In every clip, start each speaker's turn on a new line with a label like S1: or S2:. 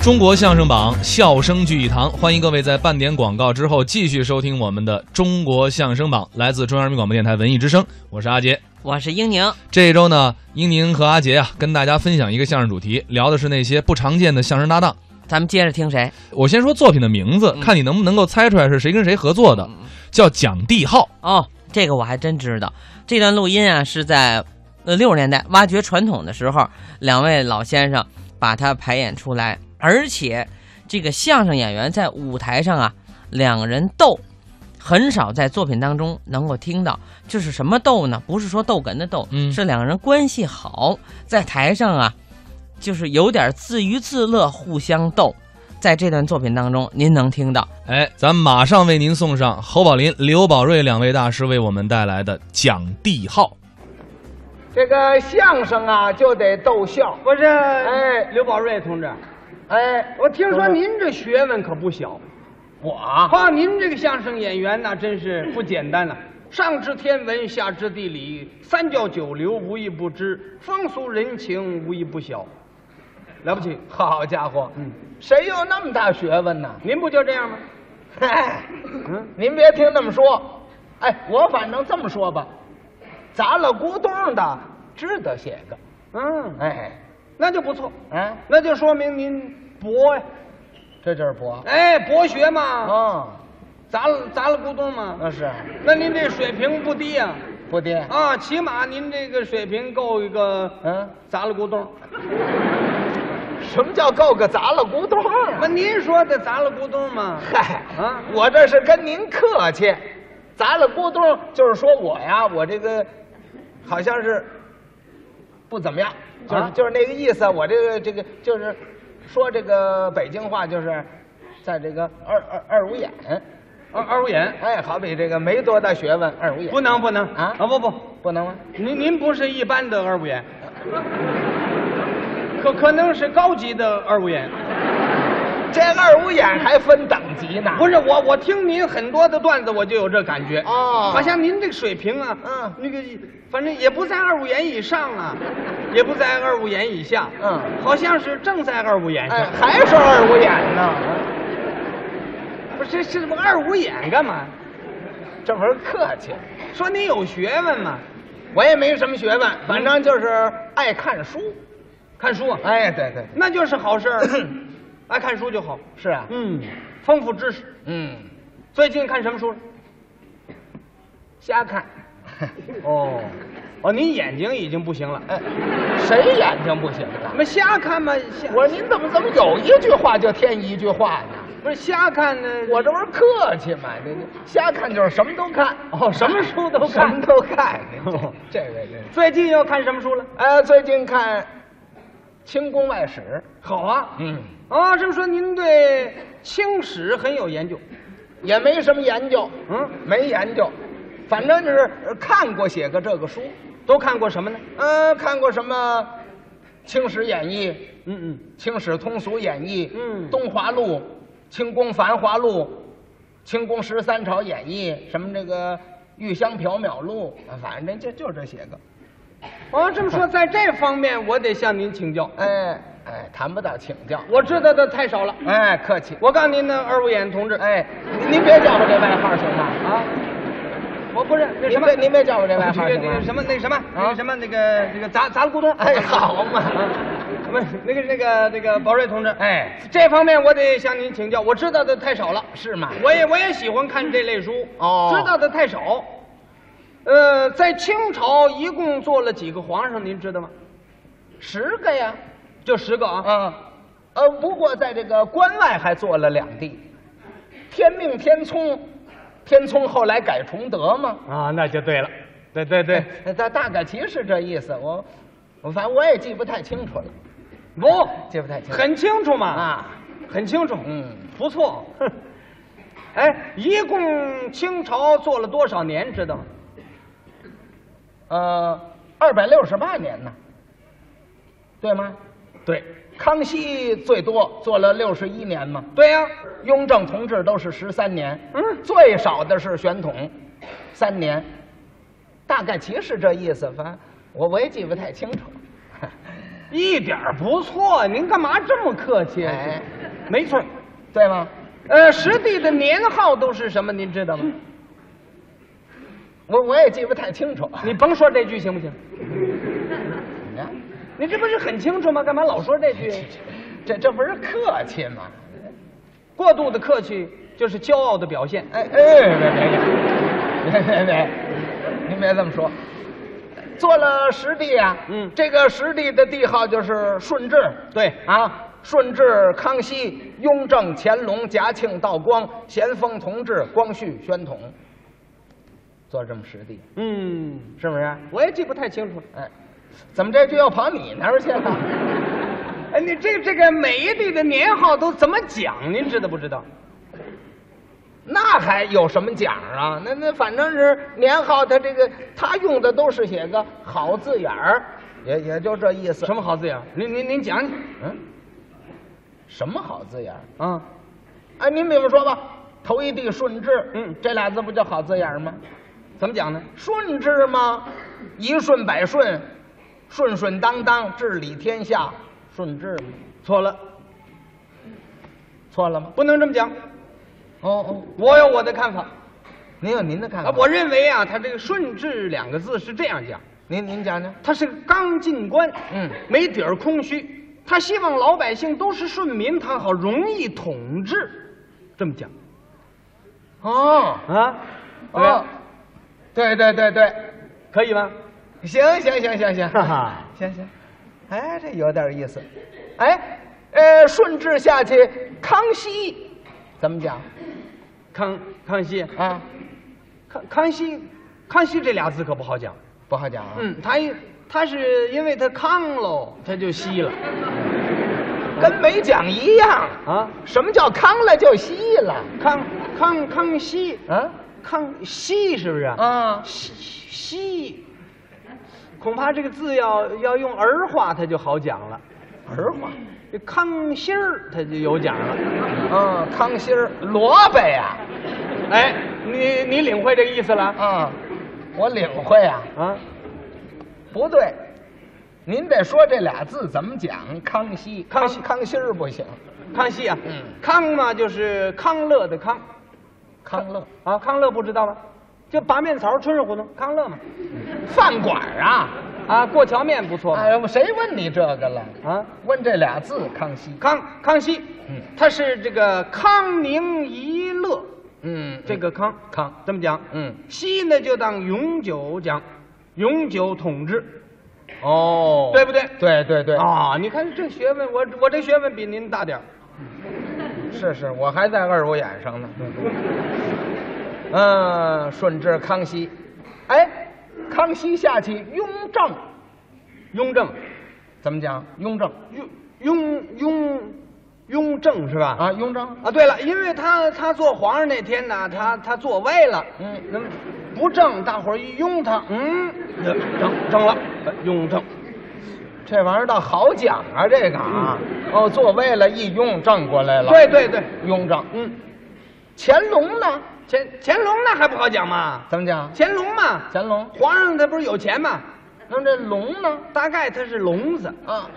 S1: 中国相声榜，笑声聚一堂，欢迎各位在半点广告之后继续收听我们的《中国相声榜》，来自中央人民广播电台文艺之声，我是阿杰。
S2: 我是英宁，
S1: 这一周呢，英宁和阿杰啊，跟大家分享一个相声主题，聊的是那些不常见的相声搭档。
S2: 咱们接着听谁？
S1: 我先说作品的名字，
S2: 嗯
S1: 看你能不能够猜出来是谁跟谁合作的，叫《蒋帝浩
S2: 哦，这个我还真知道。这段录音啊，是在呃六十年代挖掘传统的时候，两位老先生把它排演出来，而且这个相声演员在舞台上啊，两个人斗。很少在作品当中能够听到，就是什么斗呢？不是说逗哏的斗，
S1: 嗯
S2: 是两个人关系好，在台上啊，就是有点自娱自乐，互相斗。在这段作品当中，您能听到。》。
S1: 哎，咱马上为您送上侯宝林、刘宝瑞两位大师为我们带来的《蒋帝浩》。
S3: 这个相声啊，就得逗笑。
S4: 不是，
S3: 哎
S4: 刘宝瑞同志，
S3: 哎，我听说您这学问可不小，
S4: 我啊，
S3: 哈，您这个相声演员
S4: 那
S3: 呐，
S4: 真是不简单了、
S3: 上知天文，下知地理，三教九流无一不知，风俗人情无一不晓，了不起！好家伙，嗯，谁有那么大学问呢？您不就这样吗？哎， 嗯，您别听那么说，哎，我反正这么说吧，砸了咕咚的，值得写个，
S4: 嗯，
S3: 哎，
S4: 那就不错，
S3: 哎，
S4: 那就说明您博呀，
S3: 这就是博
S4: 哎，博学嘛，
S3: 啊，
S4: 砸了砸了咕咚嘛，
S3: 那是啊
S4: 那您这水平不低呀、
S3: 不低。
S4: 啊，起码您这个水平够一个，
S3: 嗯，
S4: 砸了咕咚。
S3: 什么叫够个砸了咕咚啊
S4: 那您说的砸了咕咚嘛，
S3: 嗨，
S4: 啊
S3: 我这是跟您客气，砸了咕咚就是说我呀，我这个好像是不怎么样，就是、
S4: 啊
S3: 就是那个意思。我这个这个就是说这个北京话，就是在这个二二二五眼，
S4: 二二五眼，
S3: 哎，好比这个没多大学问，二五眼
S4: 不能不能
S3: 啊
S4: 啊不不，
S3: 不能吗？
S4: 您您不是一般的二五眼，可可能是高级的二五眼。
S3: 这二五眼还分等级呢，
S4: 不是我，我听您很多的段子，我就有这感觉
S3: 哦
S4: 好像您这个水平啊，
S3: 嗯
S4: 那个反正也不在二五元以上 啊，也不在二五元以下，
S3: 嗯
S4: 好像是正在二五元上。
S3: 哎，还说二五眼呢，
S4: 不是这这怎么二五眼干嘛？
S3: 这不是客气。
S4: 说您有学问嘛，
S3: 我也没什么学问，反正就是爱看书。
S4: 看书啊，
S3: 哎，对对，对
S4: 那就是 好事儿，爱看书就好，
S3: 是啊，
S4: 嗯，丰富知识。
S3: 嗯，
S4: 最近看什么书了？
S3: 瞎看。
S4: 哦，哦，您眼睛已经不行了，
S3: 哎，谁眼睛不行
S4: 怎
S3: 啊？
S4: 么瞎看嘛？瞎
S3: 我说您怎么怎么有一句话就添一句话呢？
S4: 不是瞎看呢？
S3: 我这不是客气吗？这这瞎看就是什么都看
S4: 哦什么书都看哦
S3: 什么都看。您这这位这，
S4: 最近又看什么书了？
S3: 呃，最近看《清宫外史》，
S4: 好啊，
S3: 嗯，
S4: 哦，这么说您对清史很有研究，
S3: 也没什么研究，
S4: 嗯，
S3: 没研究，反正就是呃看过写个这个书，
S4: 都看过什么呢？
S3: 呃，看过什么《清史演义》
S4: 嗯嗯，
S3: 《清史通俗演义》、
S4: 嗯
S3: 东华录》、《清宫繁华录》、《清宫十三朝演义》，什么这个《玉香缥缈录》，啊反正就就这些个。
S4: 哦，这么说在这方面我得向您请教，
S3: 哎哎，谈不到请教。
S4: 我知道的太少了。
S3: 哎，客气。
S4: 我告诉您呢，二五眼同志，
S3: 哎，您您别叫我这外号行吗？
S4: 啊，我不是那什
S3: 您
S4: 么
S3: 别，您别叫我这外
S4: 那
S3: 号
S4: 个
S3: 行
S4: 那个
S3: 吗？
S4: 什
S3: 啊
S4: 么那个什么那个什么那个那个砸砸了咕咚，
S3: 哎，好嘛。
S4: 不是那个那个那个宝瑞同志，
S3: 哎，
S4: 这方面我得向您请教，我知道的太少了。
S3: 是吗？
S4: 我也我也喜欢看这类书，
S3: 哦
S4: 知道的太少。呃，在清朝一共做了几个皇上，您知道吗？
S3: 十个呀。
S4: 就十个啊。
S3: 啊，呃，不过在这个关外还做了两地，天命天聪，天聪后来改崇德嘛，
S4: 啊，那就对了，对对对，
S3: 呃大大概其是这意思。我，我反正我也记不太清楚了，
S4: 不，
S3: 记不太清楚。
S4: 很清楚嘛，
S3: 啊，
S4: 很清楚，
S3: 嗯，
S4: 不错。 哼哎，一共清朝做了多少年，知道吗？
S3: 呃，二百六十八年呢，对吗？
S4: 对，
S3: 康熙最多做了六十一年嘛，
S4: 对呀、
S3: 雍正同志都是十三年，
S4: 嗯
S3: 最少的是宣统，三年， 大概其是这意思。反正我我也记不太清楚。
S4: 一点儿不错，您干嘛这么客气啊？
S3: 哎
S4: 没错，对吗？呃，实地的年号都是什么，您 知道吗？
S3: 我我也记不太清楚。
S4: 你甭说这句行不行？
S3: 怎么着？
S4: 你这不是很清楚吗？干嘛老说这句？
S3: 哎这这不是客气吗？
S4: 过度的客气就是骄傲的表现。
S3: 哎哎，别别别，别别别，您别这么说。做了实地啊，
S4: 嗯
S3: 这个实地的地号就是顺治，
S4: 对
S3: 啊，顺治、康熙、雍正、乾隆、嘉庆、道光、咸丰、同治、光绪、宣统，做这么实地，
S4: 嗯，
S3: 是不是？
S4: 我也记不太清楚。
S3: 哎，怎么这句又跑你那儿去了？
S4: 哎，你这这个每一地的年号都怎么讲？您知道不知道？
S3: 那还有什么讲啊？那那反正是年号，他这个他用的都是写个好字眼儿，也也就这意思。
S4: 什么好字眼？您您您讲讲
S3: 嗯，什么好字眼儿？
S4: 啊？
S3: 哎，您比方说吧，头一地顺治，
S4: 嗯
S3: 这俩字不就好字眼儿吗？
S4: 怎么讲呢？
S3: 顺治吗？一顺百顺，顺顺当当，治理天下，顺治吗？
S4: 错了，
S3: 错了吗？
S4: 不能这么讲。
S3: 哦哦，
S4: 我有我的看法
S3: 您有您的看法，
S4: 啊，我认为啊，他这个“顺治”两个字是这样讲，
S3: 您您讲讲，
S4: 他是个刚进官，
S3: 嗯
S4: 没底儿空虚，他希望老百姓都是顺民，他好容易统治，这么讲
S3: 哦
S4: 啊？怎么
S3: 哦
S4: 样，
S3: 对对对对。
S4: 可以吗？
S3: 行行行行行，
S4: 哈哈
S3: 行行，哎，这有点意思，哎，呃，顺治下去，康熙怎么讲
S4: 康康熙，
S3: 啊？
S4: 康康熙，康熙这俩字可不好讲。
S3: 不好讲啊。，
S4: 嗯，他一他是因为他康喽，他就稀了
S3: 跟没讲一样。
S4: 啊。
S3: 什么叫康了就西了？
S4: 康康康熙，
S3: 啊
S4: 康熙是不是？啊，
S3: 啊，
S4: 熙熙，恐怕这个字要要用儿化，它就好讲了。
S3: 儿化
S4: 这康熙儿，它就有讲了。
S3: 啊，康熙儿萝卜呀，
S4: 哎，你你领会这个意思了？
S3: 啊，我领会啊，
S4: 啊，
S3: 不对，您得说这俩字怎么讲？康熙，
S4: 康熙
S3: 熙，康熙儿不行，
S4: 康熙啊，
S3: 嗯
S4: 康嘛就是康乐的康
S3: 康乐
S4: 啊，康乐不知道吗？就拔面槽、春日胡同、康乐嘛。
S3: 饭馆儿啊。
S4: 啊，过桥面不错嘛。
S3: 哎呦，谁问你这个了？
S4: 啊，
S3: 问这俩字，康熙。
S4: 康康熙，
S3: 嗯
S4: 他是这个康宁一乐，
S3: 嗯
S4: 这
S3: 这
S4: 个
S3: 个
S4: 康
S3: 康，
S4: 这么讲，
S3: 嗯，
S4: 熙呢就当永久讲，永久统治，
S3: 哦
S4: 对不对？
S3: 对哦对对，
S4: 啊，你看这学问，我我这学问比您大点儿
S3: 是是，我还在二五眼上呢。嗯，顺治、康熙，哎，康熙下去，雍正
S4: 雍正，
S3: 怎么讲？雍正
S4: 雍雍雍雍正是吧？
S3: 啊，雍正，
S4: 啊，对了，因为他他做皇上那天呢，他他做歪了，
S3: 嗯
S4: 那么不正，大伙儿一拥他，嗯，正正了，雍正，
S3: 这玩意儿倒好讲啊，这个啊，哦，做位了，一雍正过来了。
S4: 对，对对，
S3: 雍正，
S4: 嗯。
S3: 乾隆呢？
S4: 乾乾隆那还不好讲嘛，
S3: 怎么讲？
S4: 乾隆嘛，
S3: 乾隆，
S4: 皇上他不是有钱嘛，
S3: 那这龙呢？
S4: 大概他是聋子，
S3: 啊，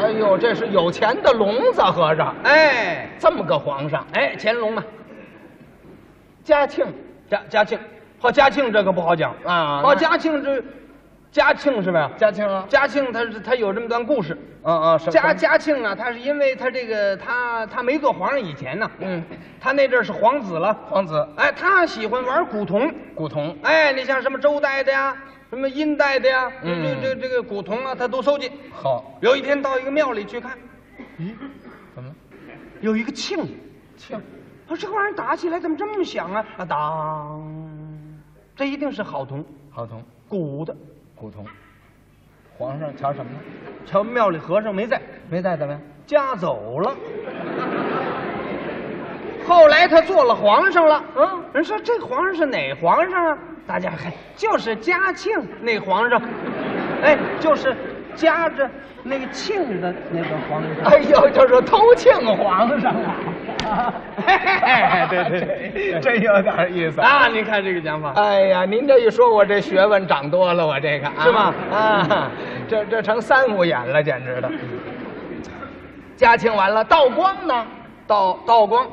S3: 哎呦，这是有钱的聋子，合着
S4: 哎
S3: 这么个皇上。
S4: 哎，乾隆嘛，
S3: 嘉庆
S4: 嘉嘉庆，好嘉庆这可不好讲
S3: 啊
S4: 好
S3: 那
S4: 嘉庆这，嘉庆是不是？
S3: 嘉庆啊，
S4: 嘉庆他是他有这么段故事，
S3: 嗯嗯，什
S4: 嘉嘉庆啊，他是因为他这个他他没做皇上以前呢，
S3: 嗯，
S4: 他那阵儿是皇子了，
S3: 皇子
S4: 哎，他喜欢玩古铜，
S3: 古铜，
S4: 哎，你像什么周代的呀，什么殷代的呀，
S3: 嗯
S4: 这这这个古铜啊，他都收集。
S3: 好，
S4: 有一天到一个庙里去看，
S3: 怎么了？
S4: 有一个磬，
S3: 庆
S4: 我说这玩意儿打起来怎么这么响啊？啊，当，这一定是好铜，
S3: 好铜，
S4: 鼓的。
S3: 古铜，皇上瞧什么呢？
S4: 瞧庙里和尚没在，
S3: 没带怎么样？
S4: 家走了。后来他做了皇上了，嗯，人说这皇上是哪皇上啊？大家嘿，就是嘉庆那皇上，哎，就是夹着那个庆的那个皇上。
S3: 哎呦，这是偷庆皇上啊！ 嘿哎对对对，真有点意思。
S4: 啊，您看这个讲法，
S3: 哎呀，您这一说，我这学问长多了，我这个啊
S4: 是吗
S3: 啊，这这成三五眼了，简直 的。嘉庆完了，道光呢？
S4: 道道光，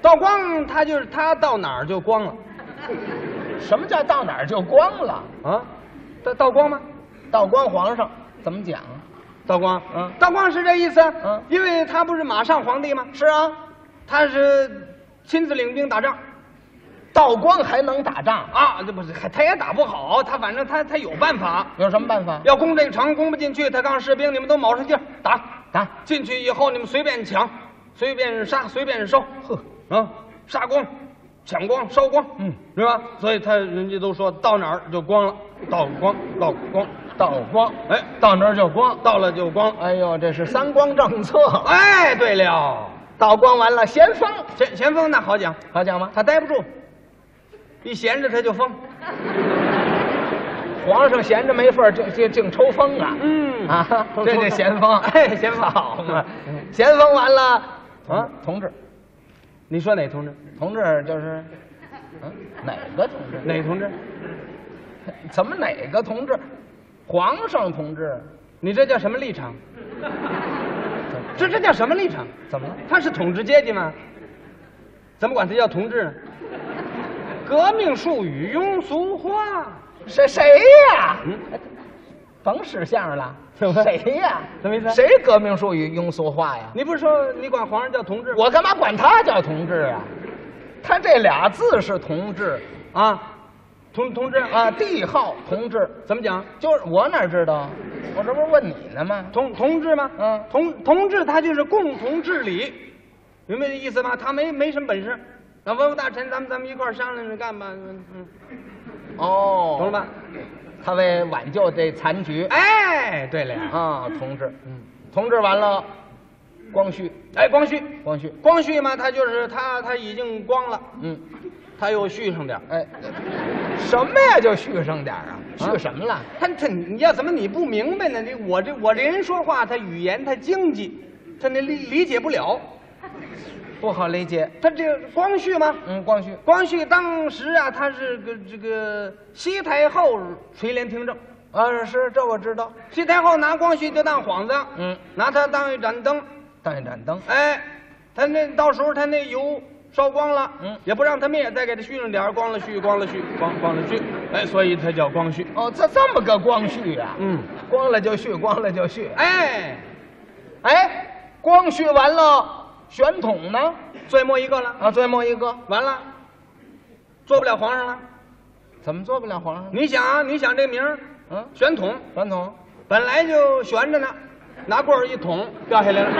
S4: 道光他就是他到哪儿就光了
S3: 什么叫到哪儿就光了？
S4: 啊，道道光吗？
S3: 道光皇上怎么讲？啊
S4: 道光，
S3: 嗯
S4: 道光是这意思，
S3: 嗯
S4: 因为他不是马上皇帝吗？
S3: 是啊，
S4: 他是亲自领兵打仗
S3: 道光还能打仗，
S4: 啊，这不是还他也打不好，他反正他他有办法，
S3: 有什么办法？
S4: 要攻这个城攻不进去，他刚士兵，你们都卯上劲儿打
S3: 打
S4: 进去以后，你们随便抢，随便杀，随便烧，
S3: 呵，
S4: 啊，杀光，抢光，烧光，
S3: 嗯，
S4: 是吧？所以他人家都说到哪儿就光了，到光，到光，
S3: 道光，
S4: 哎，
S3: 到那儿就光。
S4: 到了就光。
S3: 哎呦，这是三光政策。
S4: 哎，对了，
S3: 道光完了，咸丰，
S4: 咸咸丰那好讲，
S3: 好讲吗？
S4: 他待不住，一闲着他就疯。
S3: 皇上闲着没事儿，就就净抽风啊。
S4: 嗯
S3: 啊， 这这咸丰，
S4: 哎，咸丰
S3: 好 嘛，咸丰完了啊，同志，
S4: 你说哪同志？
S3: 同志就是，嗯，哪个同志？
S4: 哪同志？
S3: 怎么哪个同志？皇上同志，
S4: 你这叫什么 立场？这这叫什么立场？
S3: 怎么了？
S4: 他是统治阶级吗？怎么管他叫同志呢？革命术语，庸俗化。
S3: 谁谁呀？甭使相声嗯了，谁呀？
S4: 什么意思
S3: 谁革命术语庸俗化呀？
S4: 你不是说你管皇上叫同志吗？
S3: 我干嘛管他叫同志啊？他这俩字是同志
S4: 啊，同同志啊，
S3: 啊，帝号同志，
S4: 怎么讲？
S3: 就是我哪知道？我这不是问你呢吗？
S4: 同同志吗？
S3: 嗯
S4: 同同志他就是共同治理，明白这意思吗？他没没什么本事。那文武大臣，咱们咱们一块儿商量着干吧，嗯，嗯
S3: 哦，
S4: 懂了？吧？
S3: 他为挽救这残局，
S4: 哎，对了，
S3: 啊，同志，嗯，同志完了，光绪，
S4: 哎，光绪，
S3: 光绪，
S4: 光绪嘛，他就是他他已经光了，
S3: 嗯，
S4: 他又续上点儿。
S3: 哎，什么呀？就续上点儿啊？续什么了？
S4: 他他你要怎么你不明白呢？你我这我这人说话，他语言他经济，他那理理解不了。
S3: 不好理解。
S4: 他这光绪吗？
S3: 嗯，光绪，
S4: 光绪当时啊，他是个这个西太后垂帘听政，
S3: 啊，是这我知道。
S4: 西太后拿光绪就当幌子，
S3: 嗯，
S4: 拿他当一盏灯，
S3: 当一盏灯，
S4: 哎，他那到时候他那油烧光了，
S3: 嗯
S4: 也不让他灭，再给他续上点儿，光了续，光了续，光光了续，哎，所以他叫光绪，
S3: 哦，这这么个光绪啊，
S4: 嗯，
S3: 光了就续，光了就续。
S4: 哎，
S3: 哎，光绪完了，选统呢？
S4: 最末一个了，
S3: 啊，最末一个，
S4: 完了，做不了皇上了。
S3: 怎么做不了皇上？
S4: 你想啊，你想这名儿，
S3: 嗯，
S4: 选统
S3: 选统，
S4: 本来就悬着呢，拿棍儿一捅掉下来了，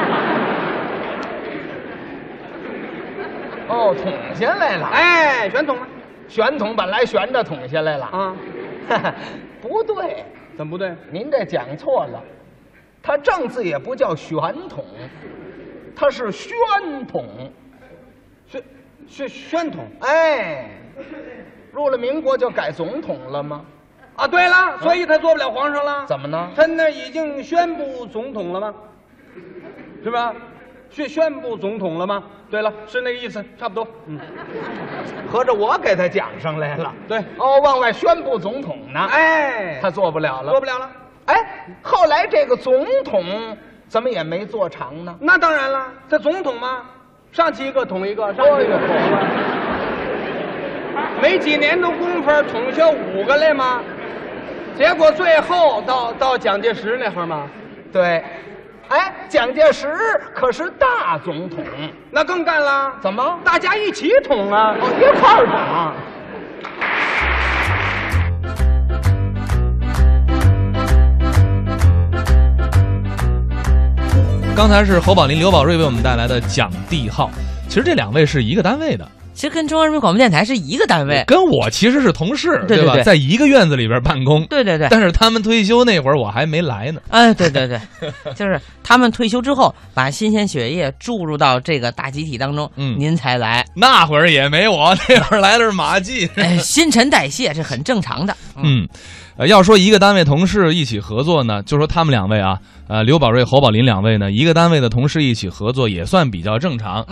S3: 哦，捅下来了。哎，
S4: 哎，选统了
S3: 选统本来悬着捅下来了，
S4: 啊，
S3: 不对，
S4: 怎么不对？
S3: 您这讲错了，他正字也不叫玄统，他是宣统。
S4: 宣宣宣统
S3: 哎，入了民国就改总统了吗？
S4: 啊，对了，所以他做不了皇上了。
S3: 怎么呢？
S4: 他那已经宣布总统了吗？是吧？宣宣布总统了吗？对了，是那个意思，差不多。嗯，
S3: 合着我给他讲上来了。
S4: 对。
S3: 哦，往外宣布总统呢？，
S4: 哎，
S3: 他做不了了。
S4: 做不了了。
S3: 哎，后来这个总统怎么也没做长呢？
S4: 那当然了，他总统嘛，上去一个捅一个，上
S3: 哎
S4: 去一个。
S3: 呦，
S4: 没几年的功夫，捅下五个来嘛，结果最后到到蒋介石那会儿嘛，
S3: 对，哎，蒋介石可是大总统，
S4: 那更干了，
S3: 怎么？
S4: 大家一起捅啊！
S3: 哦，一块儿打。
S1: 刚才是侯宝林、刘宝瑞为我们带来的讲帝号。其实这两位是一个单位的，
S2: 其实跟中央人民广播电台是一个单位。
S1: 跟我其实是同事，
S2: 哎对对
S1: 吧？
S2: 对
S1: 在一个院子里边办公。
S2: 对对对，
S1: 但是他们退休那会儿，我还没来呢。
S2: 哎，对对 对，就是他们退休之后，把新鲜血液注入到这个大集体当中，
S1: 嗯
S2: 您才来，
S1: 那会儿也没我，那会儿来的是马季。
S2: 哎，新陈代谢这很正常的。嗯，
S1: 嗯，呃，要说一个单位同事一起合作呢，就说他们两位啊，呃，刘宝瑞、侯宝林两位呢，一个单位的同事一起合作也算比较正常。